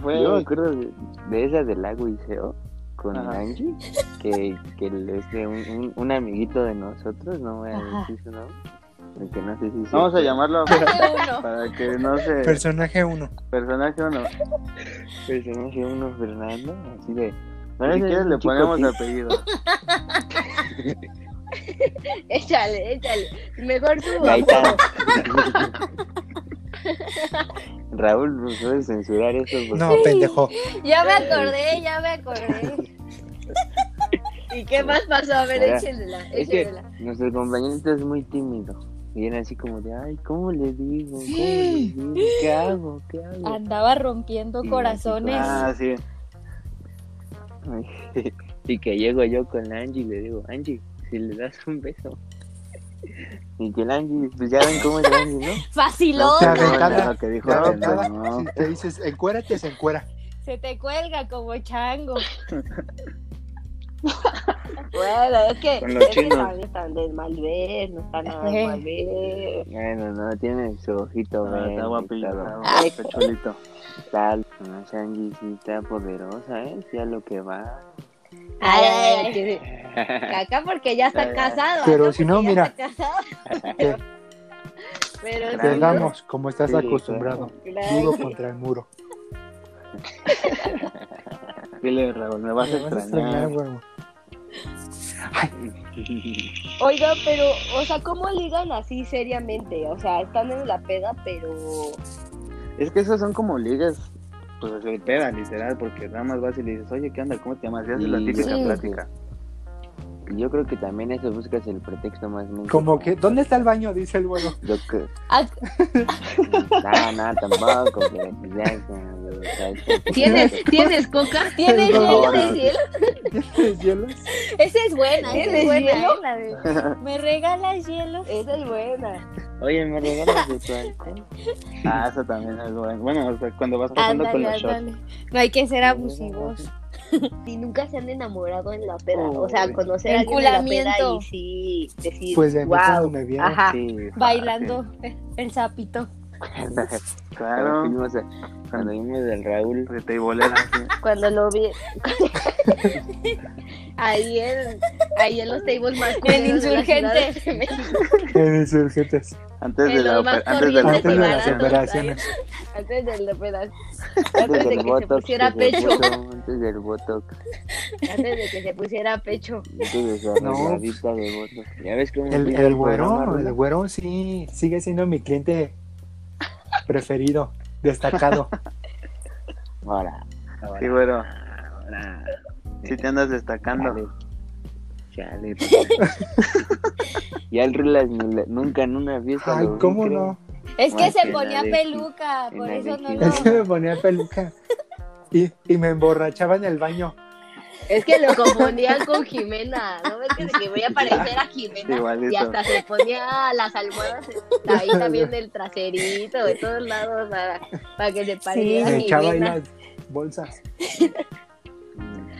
Speaker 4: fue
Speaker 6: Yo me acuerdo de, de esas del lago Iseo con
Speaker 4: Ajá.
Speaker 6: Angie, que, que el- este, un, un, un amiguito de nosotros, no voy a
Speaker 3: Ajá.
Speaker 6: decir su nombre, porque no sé si es
Speaker 4: Vamos a
Speaker 6: cierto.
Speaker 4: llamarlo
Speaker 3: Uno.
Speaker 4: para que no se
Speaker 2: Personaje 1.
Speaker 4: personaje uno.
Speaker 6: personaje uno Fernando, así de.
Speaker 4: Bueno, si
Speaker 6: ese
Speaker 4: quieres
Speaker 6: es
Speaker 4: le
Speaker 6: un chico
Speaker 4: ponemos
Speaker 6: así.
Speaker 4: apellido.
Speaker 1: Échale, échale. Mejor tú.
Speaker 6: Gaitán. Raúl, no puedes censurar eso. porque-
Speaker 2: No, pendejo.
Speaker 3: Ya me acordé, ya me acordé.
Speaker 1: ¿Y qué más pasó? A ver,
Speaker 6: Ahora,
Speaker 1: échenla,
Speaker 6: Es que
Speaker 1: échenla.
Speaker 6: nuestro compañerito es muy tímido. Y era así como de, ay, ¿cómo le digo? ¿Cómo le digo? ¿Qué hago? ¿Qué hago?
Speaker 3: Andaba rompiendo
Speaker 6: Sí,
Speaker 3: corazones.
Speaker 4: Ah, sí.
Speaker 6: y que llego yo con la Angie y le digo, Angie, si le das un beso. Y que la Angie, pues ya ven cómo es la Angie, ¿no?
Speaker 2: Te
Speaker 3: Facilona.
Speaker 2: aventaba,
Speaker 4: lo que dijo.
Speaker 2: te
Speaker 4: No,
Speaker 2: aventaba.
Speaker 4: pues no.
Speaker 2: Si te dices encuérate, se encuera.
Speaker 3: Se te cuelga como chango.
Speaker 1: Bueno, es que.
Speaker 4: Con los
Speaker 1: es que
Speaker 4: chinos.
Speaker 1: también están del mal ver, no están nada
Speaker 3: Ajá.
Speaker 1: mal ver.
Speaker 6: Bueno, no, tiene su ojito,
Speaker 4: Ah,
Speaker 6: verde,
Speaker 4: Está guapillo,
Speaker 6: todo.
Speaker 4: está guapo, está chulito.
Speaker 6: Tal, no, esa Angie sí está poderosa, ¿eh? Sí a lo que va.
Speaker 1: Ay, ay, ay, que- que acá porque ya está casado.
Speaker 2: Pero
Speaker 1: acá
Speaker 2: si
Speaker 3: pues
Speaker 1: porque
Speaker 2: no,
Speaker 1: ya
Speaker 2: mira.
Speaker 1: está casado.
Speaker 2: Te
Speaker 1: Pero si no,
Speaker 2: pegamos como estás
Speaker 6: Sí,
Speaker 2: acostumbrado.
Speaker 1: claro.
Speaker 2: Muro contra el muro.
Speaker 4: Dile, Raúl, me vas a
Speaker 2: Te vas a extrañar,
Speaker 4: extrañar.
Speaker 2: huevo.
Speaker 1: Oiga, pero, o sea, ¿cómo ligan así seriamente? O sea, están en la peda, pero.
Speaker 4: Es que esos son como ligas, pues de peda, literal, porque nada más vas y le dices, oye, ¿qué onda? ¿Cómo te llamas? Y haces la
Speaker 6: Sí,
Speaker 4: típica
Speaker 3: sí.
Speaker 4: plática.
Speaker 6: Yo creo que también eso buscas el pretexto más menso.
Speaker 2: Como que, ¿dónde está el baño? Dice el güero.
Speaker 6: Yo que...
Speaker 3: Ah,
Speaker 6: No, no, tampoco, pero pues ya, como, o sea, es que-
Speaker 1: ¿Tienes, ¿tienes coca?
Speaker 3: ¿Tienes
Speaker 2: No,
Speaker 3: hielo?
Speaker 1: ¿Tienes hielo?
Speaker 2: ¿Tienes hielos?
Speaker 3: Esa es buena, esa es
Speaker 1: Ah, ¿Tienes
Speaker 3: buena.
Speaker 1: hielo?
Speaker 3: ¿eh? La de, ¿Me regalas hielo?
Speaker 1: Esa es buena.
Speaker 6: Oye, ¿me regalas de tu alcohol? Ah, eso también es bueno. Bueno, o sea, cuando vas pasando
Speaker 3: Ándale,
Speaker 6: con los shots.
Speaker 3: ándale. No hay que ser abusivos.
Speaker 1: Si nunca se han enamorado en la peda, o sea,
Speaker 6: Uy.
Speaker 1: conocer a alguien en la peda
Speaker 3: Enculamiento.
Speaker 1: y sí, decir,
Speaker 2: Pues de
Speaker 1: wow.
Speaker 2: wow. me vieron.
Speaker 1: Ajá.
Speaker 6: Sí,
Speaker 3: Bailando el sapito.
Speaker 6: claro.
Speaker 4: Claro.
Speaker 6: Cuando fuimos, a- cuando vimos del Raúl,
Speaker 4: De teibolera.
Speaker 1: Cuando lo vi. ahí, en, ahí en los tables más culeros de la Ciudad de México,
Speaker 2: En insurgentes.
Speaker 6: antes
Speaker 1: En
Speaker 6: de la
Speaker 1: los más
Speaker 6: oper- antes de la
Speaker 1: corrientes
Speaker 2: Antes de las
Speaker 1: baratos,
Speaker 6: operación.
Speaker 2: operaciones.
Speaker 1: Antes del pedazo.
Speaker 6: Antes
Speaker 1: Antes de
Speaker 6: del
Speaker 1: que se
Speaker 6: Pues botox. pues,
Speaker 1: pusiera
Speaker 6: que se
Speaker 1: pecho.
Speaker 6: puso, Antes del botox.
Speaker 1: Antes de que se pusiera pecho.
Speaker 6: Antes de su
Speaker 2: No.
Speaker 6: arregladita de botox. Ya ves cómo
Speaker 2: El,
Speaker 6: empieza
Speaker 2: el
Speaker 6: programa,
Speaker 2: güero,
Speaker 6: Raúl?
Speaker 2: el güero sí sigue siendo mi cliente preferido, destacado.
Speaker 6: Ahora.
Speaker 4: Sí,
Speaker 6: Ahora.
Speaker 4: güero.
Speaker 6: ahora.
Speaker 4: Sí te andas destacando.
Speaker 6: Chale, pues. ya el Rulas ni le- nunca en una fiesta.
Speaker 2: Ay,
Speaker 6: lo vi,
Speaker 2: ¿cómo
Speaker 6: creo.
Speaker 2: no?
Speaker 3: Es que
Speaker 6: Más
Speaker 3: se
Speaker 6: que
Speaker 3: ponía
Speaker 6: la de-
Speaker 3: peluca,
Speaker 6: que
Speaker 3: por
Speaker 6: la de
Speaker 3: eso no
Speaker 6: Gil.
Speaker 3: lo.
Speaker 2: Es que me ponía peluca. Y, y me emborrachaba en el baño.
Speaker 1: Es que lo confundían con Jimena. No ves que de que voy a parecer a Jimena.
Speaker 4: Igualito.
Speaker 1: Y hasta se ponía las almohadas ahí también del traserito, de todos lados, para, para que se
Speaker 2: Y
Speaker 1: pareciera
Speaker 2: me
Speaker 1: a
Speaker 2: echaba ahí
Speaker 1: Jimena.
Speaker 2: las bolsas.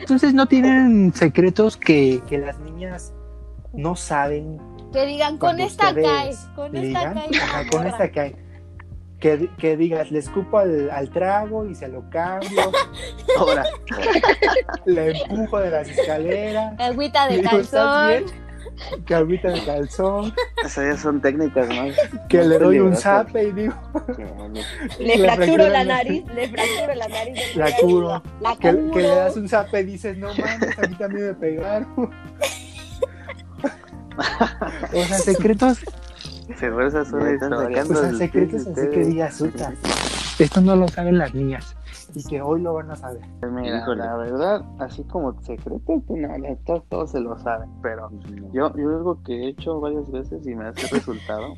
Speaker 2: Entonces no tienen secretos que, que las niñas no saben.
Speaker 3: Que digan, con
Speaker 2: Cuando
Speaker 3: esta cae,
Speaker 2: ustedes
Speaker 3: con esta
Speaker 2: ligan.
Speaker 3: cae.
Speaker 2: Ajá,
Speaker 3: la
Speaker 2: Con
Speaker 3: morra".
Speaker 2: esta cae. Que, di- que digas, le escupo al, al trago y se lo cambio,
Speaker 4: Ahora.
Speaker 2: le empujo de las escaleras.
Speaker 3: Agüita de
Speaker 2: Le digo, "¿Estás
Speaker 3: calzón.
Speaker 2: bien?" Que ahorita de calzón,
Speaker 4: Esas ya son técnicas más.
Speaker 2: que le doy un
Speaker 4: peligrosas.
Speaker 2: zape y digo,
Speaker 6: Chale.
Speaker 1: Le
Speaker 2: Le
Speaker 1: fracturo
Speaker 2: fracturan
Speaker 1: la
Speaker 2: la-
Speaker 1: nariz, le fracturo la nariz.
Speaker 2: la curo.
Speaker 1: La
Speaker 2: Que,
Speaker 1: curo.
Speaker 2: que le das un zape y dices, no mames, a mí también me pegaron. o sea, secretos,
Speaker 4: Seguro esas son
Speaker 6: Ya están
Speaker 4: historias.
Speaker 2: pues, o sea,
Speaker 6: ustedes,
Speaker 2: secretos así que
Speaker 6: ustedes.
Speaker 2: digas, "Uta, esto no lo saben las niñas y que hoy lo van a saber.
Speaker 4: Mira,
Speaker 6: Híjole.
Speaker 4: la verdad, así como secretos, pues, no, la neta, todos se lo saben, pero yo, yo algo que he hecho varias veces y me hace resultado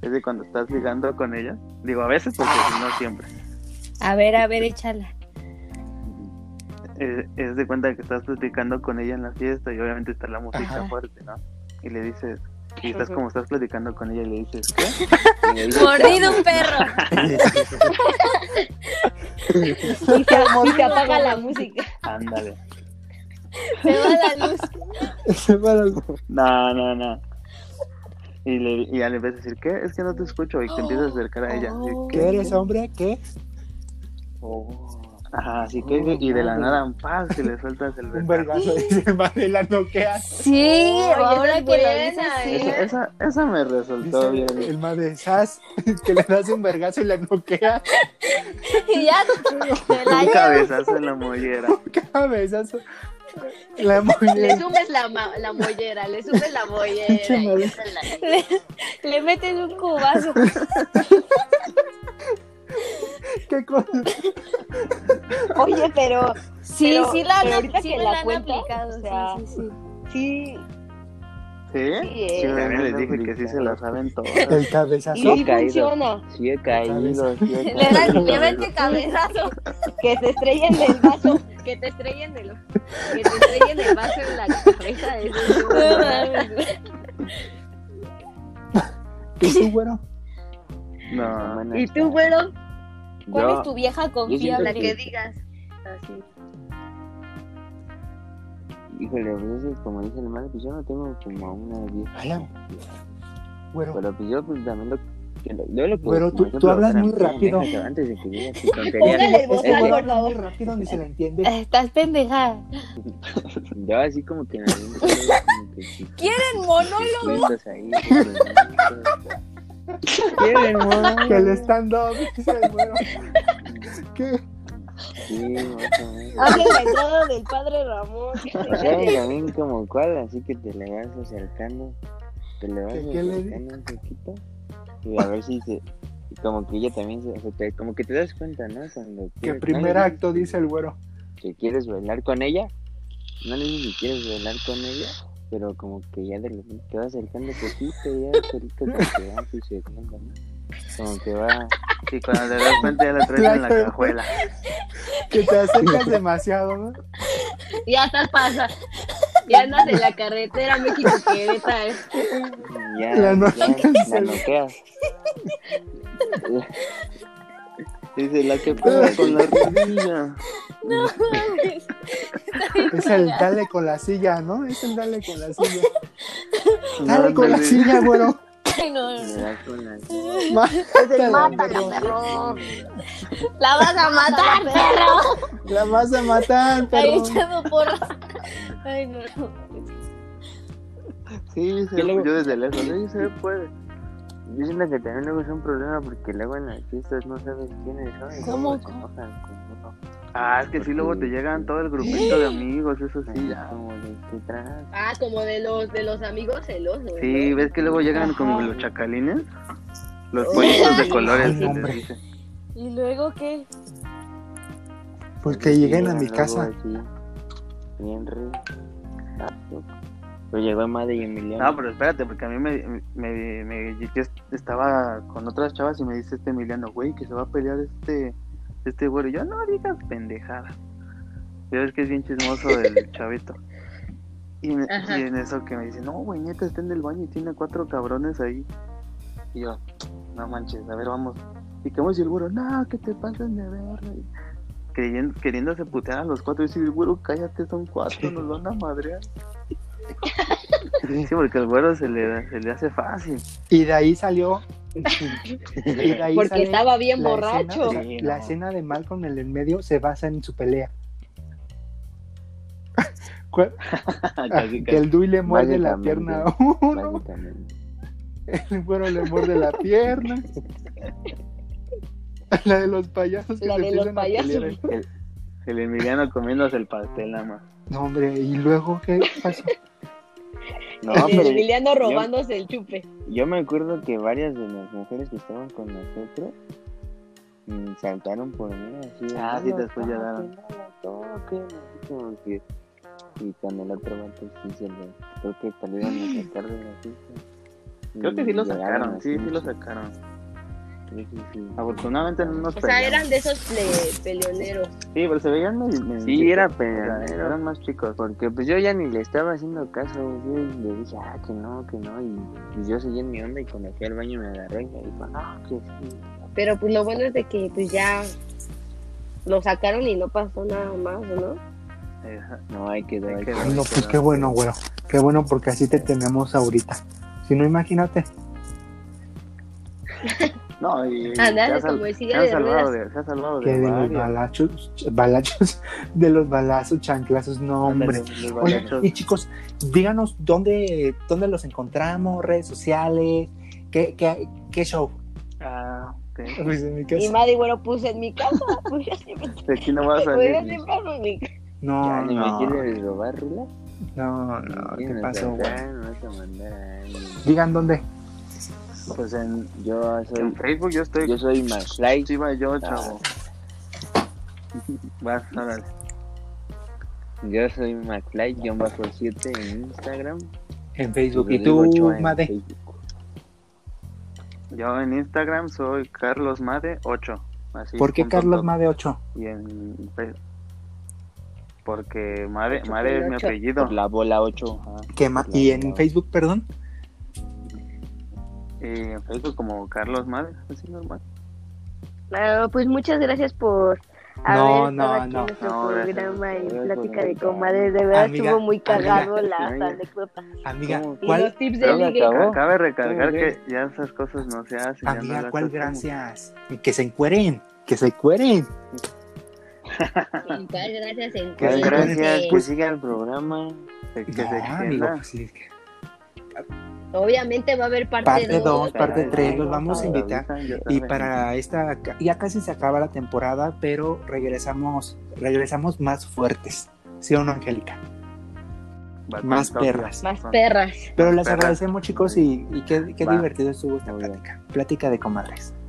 Speaker 4: es de cuando estás ligando con ella, digo a veces porque si no siempre,
Speaker 3: A ver, a ver, échala.
Speaker 4: eh, es de cuenta que estás platicando con ella en la fiesta y obviamente está la música
Speaker 2: Ajá.
Speaker 4: fuerte, ¿no? Y le dices, y estás como estás platicando con ella y le dices, ¿qué?
Speaker 3: Mordido un perro.
Speaker 1: Y se, y se apaga la música.
Speaker 4: Ándale.
Speaker 3: Se va la luz.
Speaker 4: No, no, no. Y, le, y ya le ves a decir, ¿qué? Es que no te escucho. Y te empiezas a acercar a ella. así,
Speaker 2: ¿Qué eres, hombre? ¿Qué?
Speaker 4: Ajá, así que y de la nada, paz, que le sueltas el
Speaker 2: Oh. Un
Speaker 4: vergazo.
Speaker 2: vergazo, dice Marela, no ¿qué haces?
Speaker 3: Sí,
Speaker 1: esa
Speaker 3: ahora
Speaker 1: es
Speaker 3: que lo
Speaker 1: buena,
Speaker 3: dices, sí.
Speaker 1: ¿eh?
Speaker 4: Esa, esa, esa me resultó
Speaker 2: Dice
Speaker 4: bien.
Speaker 2: el madre Sas, que le das un vergazo y la noqueas.
Speaker 3: Y ya te la
Speaker 4: Un
Speaker 3: llevas.
Speaker 4: cabezazo en la mollera.
Speaker 2: Cabezazo. La
Speaker 1: Le
Speaker 2: mujer.
Speaker 1: subes la, ma- la mollera, le subes la mollera. y esa es la-
Speaker 3: Le, le metes un cubazo.
Speaker 2: ¿Qué cosa?
Speaker 1: Oye, pero
Speaker 3: Sí,
Speaker 1: Pero-
Speaker 3: sí
Speaker 1: pero
Speaker 3: la han-
Speaker 1: ahorita
Speaker 3: sí
Speaker 1: que
Speaker 3: me
Speaker 1: la
Speaker 3: han
Speaker 1: cuentas,
Speaker 3: aplicado,
Speaker 1: o sea,
Speaker 3: sí, sí, sí.
Speaker 1: sí,
Speaker 4: ¿Sí?
Speaker 1: Sí,
Speaker 4: Sí,
Speaker 1: eh.
Speaker 4: también les dije que sí se la saben todas.
Speaker 2: El cabezazo.
Speaker 1: sí
Speaker 6: caído.
Speaker 1: funciona.
Speaker 6: Sí he caído, sí he
Speaker 3: Le dan,
Speaker 6: caído.
Speaker 3: le mete cabezazo.
Speaker 1: Que te estrellen el vaso, que te estrellen el, que te estrellen el vaso en la cabeza. eso es muy
Speaker 3: No
Speaker 1: bueno.
Speaker 3: mames.
Speaker 2: ¿Y tú, güero?
Speaker 4: No,
Speaker 1: Y tú, güero,
Speaker 3: ¿Cuál
Speaker 6: Yo-
Speaker 3: es tu vieja
Speaker 1: la
Speaker 3: confiable?
Speaker 1: que digas. Así.
Speaker 6: Híjole, pues es que como dice el madre, pues yo no tengo como una vieja.
Speaker 2: Ala. Güero.
Speaker 6: Pero pues yo pues también lo... que lo- yo lo que-
Speaker 2: Güero,
Speaker 6: como
Speaker 2: tú-
Speaker 6: ejemplo,
Speaker 2: tú hablas
Speaker 6: espérame,
Speaker 2: muy rápido.
Speaker 6: déjame, Antes de que digas tu tontería.
Speaker 1: Póngale el
Speaker 2: Es que
Speaker 1: botón,
Speaker 2: güero
Speaker 1: por
Speaker 2: habla muy
Speaker 1: favor.
Speaker 2: rápido ni se le entiende.
Speaker 3: Estás pendeja.
Speaker 6: Yo así como que me aviento, como que sí,
Speaker 3: ¿Quieren monólogo?
Speaker 6: cuentos ahí, que-
Speaker 4: ¿Quieren,
Speaker 2: Que el stand-up, dice el güero. ¿Qué?
Speaker 6: sí, más o menos.
Speaker 3: Ah,
Speaker 1: Hablen la entrada del padre Ramón.
Speaker 6: O sea, y también como cuál, así que te le vas acercando, te le vas
Speaker 2: ¿Qué- qué le di?
Speaker 6: acercando un poquito y a ver si se, y como que ella también se, o sea, te- como que te das cuenta, ¿no? Cuando
Speaker 2: Que
Speaker 6: quieres-
Speaker 2: primer
Speaker 6: no le-
Speaker 2: acto, dice el güero.
Speaker 6: que quieres bailar con ella, no le dices que quieres bailar con ella, pero como que ya de repente te vas acercando poquito y ya solito como que va sucediendo, ¿no? Como que va,
Speaker 4: Y cuando te das cuenta ya la traes en la cajuela.
Speaker 2: Que te acercas demasiado, ¿no?
Speaker 1: Ya estás pasa. Y andas en la carretera México-Querétaro.
Speaker 6: Ya,
Speaker 2: La no-
Speaker 6: ya, la noqueas.
Speaker 4: Dice la que pega con la rodilla.
Speaker 2: Es el dale con la silla, ¿no? Es el dale con la silla.
Speaker 4: Ah,
Speaker 2: Dale
Speaker 4: No,
Speaker 2: con la
Speaker 4: ándale.
Speaker 2: silla, güero.
Speaker 3: Ay, no, no,
Speaker 6: Le das con la-
Speaker 2: Mátala,
Speaker 1: Mátalo,
Speaker 2: perro.
Speaker 1: perro.
Speaker 3: no. La vas a matar, perro.
Speaker 2: La vas a matar,
Speaker 3: Ahí
Speaker 2: perro.
Speaker 3: echando porras. Ay, no.
Speaker 4: Sí, se-
Speaker 6: Yo luego-
Speaker 4: yo desde lejos. Sí, se puede.
Speaker 6: Yo siento que también luego es un problema porque luego en las fiestas no sabes quiénes son. y
Speaker 3: ¿Cómo,
Speaker 6: luego se
Speaker 3: cómo?
Speaker 6: enojan con uno.
Speaker 4: Ah, es que sí, luego te llegan todo el grupito de amigos, eso sí, ya.
Speaker 6: Como de que traes.
Speaker 1: Ah, como de los de los amigos celosos.
Speaker 4: Sí, ves que luego llegan como los chacalines, los pollitos de colores, se les dice.
Speaker 3: ¿Y luego qué?
Speaker 2: Pues que
Speaker 6: Sí,
Speaker 2: lleguen a mi
Speaker 6: luego
Speaker 2: casa.
Speaker 6: así, Bien re. ah, Lo llegó Madre y Emiliano.
Speaker 4: No, Ah, pero espérate, porque a mí me, me, me- yo estaba con otras chavas y me dice este Emiliano, güey, que se va a pelear este, este güero. Y yo, no digas pendejada. Ya ves que es bien chismoso el chavito. Y, me-
Speaker 1: Ajá.
Speaker 4: y en eso que me dice, no, güey, neta, está en el baño y tiene cuatro cabrones ahí. Y yo, no manches, a ver, vamos. Y que vamos y el güero, no, que te pasan de verga. Y Creyendo, queriéndose putear a los cuatro. Y yo, güero, cállate, son cuatro, nos van a madrear. Sí, porque al güero se le, se le hace fácil.
Speaker 2: Y de ahí salió. y de ahí
Speaker 1: Porque
Speaker 2: sale
Speaker 1: estaba bien
Speaker 2: la
Speaker 1: borracho.
Speaker 2: escena-
Speaker 4: Sí,
Speaker 2: la
Speaker 4: no.
Speaker 2: escena de Malcolm el en medio se basa en su pelea. ¿Cuál? Ah,
Speaker 4: Casi,
Speaker 2: que el Dui le muerde la
Speaker 6: Básicamente.
Speaker 2: pierna a uno,
Speaker 6: Básicamente.
Speaker 2: el güero le muerde la pierna. La de los payasos que
Speaker 1: La
Speaker 2: se
Speaker 1: de los
Speaker 2: empiezan a pelear.
Speaker 1: payasos.
Speaker 4: El, el Emiliano comiéndose el pastel nada más.
Speaker 2: No, hombre, ¿y luego qué pasó?
Speaker 6: No,
Speaker 1: El
Speaker 6: pero
Speaker 1: Emiliano robándose el chupe.
Speaker 6: yo me acuerdo que varias de las mujeres que estaban con nosotros mm, saltaron por mí así. de,
Speaker 4: Ah,
Speaker 6: "No
Speaker 4: sí,
Speaker 6: lo
Speaker 4: después ya
Speaker 6: toquen, no lo toquen", así como que- Y con el otro vato sí se lo. Creo que salieron a sacar de la fiesta.
Speaker 4: Creo que
Speaker 6: Y
Speaker 4: sí lo
Speaker 6: llegaron
Speaker 4: sacaron,
Speaker 6: así,
Speaker 4: sí, sí lo sacaron.
Speaker 6: creo que sí.
Speaker 4: Afortunadamente no nos
Speaker 1: O sea,
Speaker 4: peleamos.
Speaker 1: eran de esos ple- peleoneros.
Speaker 4: Sí, pero se veían medio. medio
Speaker 6: Sí,
Speaker 4: chicos,
Speaker 6: era
Speaker 4: o sea,
Speaker 6: peleonero.
Speaker 4: eran más chicos.
Speaker 6: Porque pues yo ya ni le estaba haciendo caso, yo le dije, ah, que no, que no, y pues, yo seguí en mi onda y cuando fui al baño me agarró y me dijo, ah, que sí.
Speaker 1: Pero pues lo bueno es de que pues ya lo sacaron y no pasó nada más, ¿no?
Speaker 4: Eh,
Speaker 6: No, hay que dar.
Speaker 4: Ahí quedó.
Speaker 2: Ay, no, pues qué bueno, güero. Qué bueno porque así te tenemos ahorita. Si no, imagínate.
Speaker 4: No, y. y
Speaker 1: Andale,
Speaker 4: se ha sal-
Speaker 1: como el silla
Speaker 4: se ha
Speaker 1: de
Speaker 4: salvado de, se ha salvado
Speaker 2: Que
Speaker 4: de.
Speaker 2: de los
Speaker 4: varios.
Speaker 2: balachos, ch- balachos, de los balazos, chanclazos, no, hombre.
Speaker 4: Ándale, los
Speaker 2: Oye,
Speaker 4: balazos.
Speaker 2: y chicos, díganos dónde, dónde los encontramos, redes sociales, qué, qué, qué show.
Speaker 4: Ah, ok.
Speaker 2: Pues en mi
Speaker 1: Y
Speaker 2: casa.
Speaker 1: Maddy, bueno, puse en mi casa. Pues ya siempre,
Speaker 4: De Este, aquí no va a
Speaker 1: pues ya
Speaker 4: salir.
Speaker 1: siempre en mi casa.
Speaker 6: Ya,
Speaker 2: No,
Speaker 6: ni me
Speaker 2: no,
Speaker 6: quieres robar, Rula.
Speaker 2: no, no, ¿qué
Speaker 6: Vienes
Speaker 2: pasó,
Speaker 6: acá,
Speaker 2: güey?
Speaker 6: Me vas a mandar a alguien.
Speaker 2: Digan dónde.
Speaker 4: Pues en,
Speaker 6: Yo
Speaker 4: en
Speaker 6: soy,
Speaker 4: Facebook yo Ah. estoy.
Speaker 6: yo soy McFly. Ah,
Speaker 4: Sí, va yo, chavo. Vas, órale.
Speaker 6: Yo soy McFly, guión bajo 7 en Instagram.
Speaker 2: En Facebook. ¿Y
Speaker 6: Rodrigo
Speaker 2: tú,
Speaker 6: Ochoa en
Speaker 2: Made?
Speaker 6: Facebook.
Speaker 4: Yo en Instagram soy Carlos Made 8. Así
Speaker 2: ¿Por qué
Speaker 4: junto
Speaker 2: Carlos
Speaker 4: todo.
Speaker 2: Made 8?
Speaker 4: Y en Fe- porque Mare, Mare es mi
Speaker 1: 8.
Speaker 4: apellido.
Speaker 6: Por la bola 8. ajá.
Speaker 2: ¿Qué ma- ¿Y en Facebook, perdón?
Speaker 4: Y en Facebook como Carlos Mare, así normal.
Speaker 1: Bueno, pues muchas gracias por
Speaker 2: No,
Speaker 1: haber
Speaker 2: no,
Speaker 1: estado aquí
Speaker 2: no.
Speaker 1: en nuestro
Speaker 4: No, gracias.
Speaker 1: programa y
Speaker 6: Gracias por
Speaker 1: plática de
Speaker 6: invitarme.
Speaker 1: comadres. De verdad
Speaker 2: Amiga,
Speaker 1: estuvo muy
Speaker 2: amiga.
Speaker 1: cagado las
Speaker 6: Amiga.
Speaker 1: anécdotas.
Speaker 2: Amiga,
Speaker 6: ¿Cómo?
Speaker 1: Y
Speaker 2: ¿cuál?
Speaker 1: los tips de
Speaker 6: Pero me
Speaker 1: ligue.
Speaker 6: acabó.
Speaker 4: Cabe recalcar
Speaker 6: Sí,
Speaker 4: que ya esas cosas no se hacen. ya no
Speaker 2: Amiga,
Speaker 4: las
Speaker 2: ¿cuál
Speaker 4: hacemos.
Speaker 2: gracias? Y que se encueren, que se encueren.
Speaker 1: ¿Cuál gracias en
Speaker 4: Que
Speaker 2: Sí,
Speaker 4: gracias, pues.
Speaker 1: Sí.
Speaker 6: Que siga el programa.
Speaker 4: que, que
Speaker 2: Pues No,
Speaker 4: se
Speaker 2: amigo,
Speaker 4: extienda.
Speaker 2: pues, sí.
Speaker 1: Obviamente va a haber parte,
Speaker 2: Parte
Speaker 1: dos.
Speaker 2: dos,
Speaker 4: Para
Speaker 2: parte
Speaker 4: el
Speaker 2: tres,
Speaker 4: año,
Speaker 2: los vamos a
Speaker 6: Ah,
Speaker 4: para
Speaker 2: invitar.
Speaker 4: la visa, yo
Speaker 2: Y
Speaker 4: también.
Speaker 2: para esta, ca- ya casi se acaba la temporada, pero regresamos, regresamos más fuertes. ¿Sí o no, Angélica?
Speaker 4: Batman
Speaker 2: Más
Speaker 4: Top.
Speaker 2: perras.
Speaker 1: Más perras.
Speaker 2: Pero les
Speaker 4: perras.
Speaker 2: agradecemos, chicos, y, y qué, qué
Speaker 4: Va.
Speaker 2: divertido estuvo esta
Speaker 6: Muy bien.
Speaker 2: plática. Plática de comadres.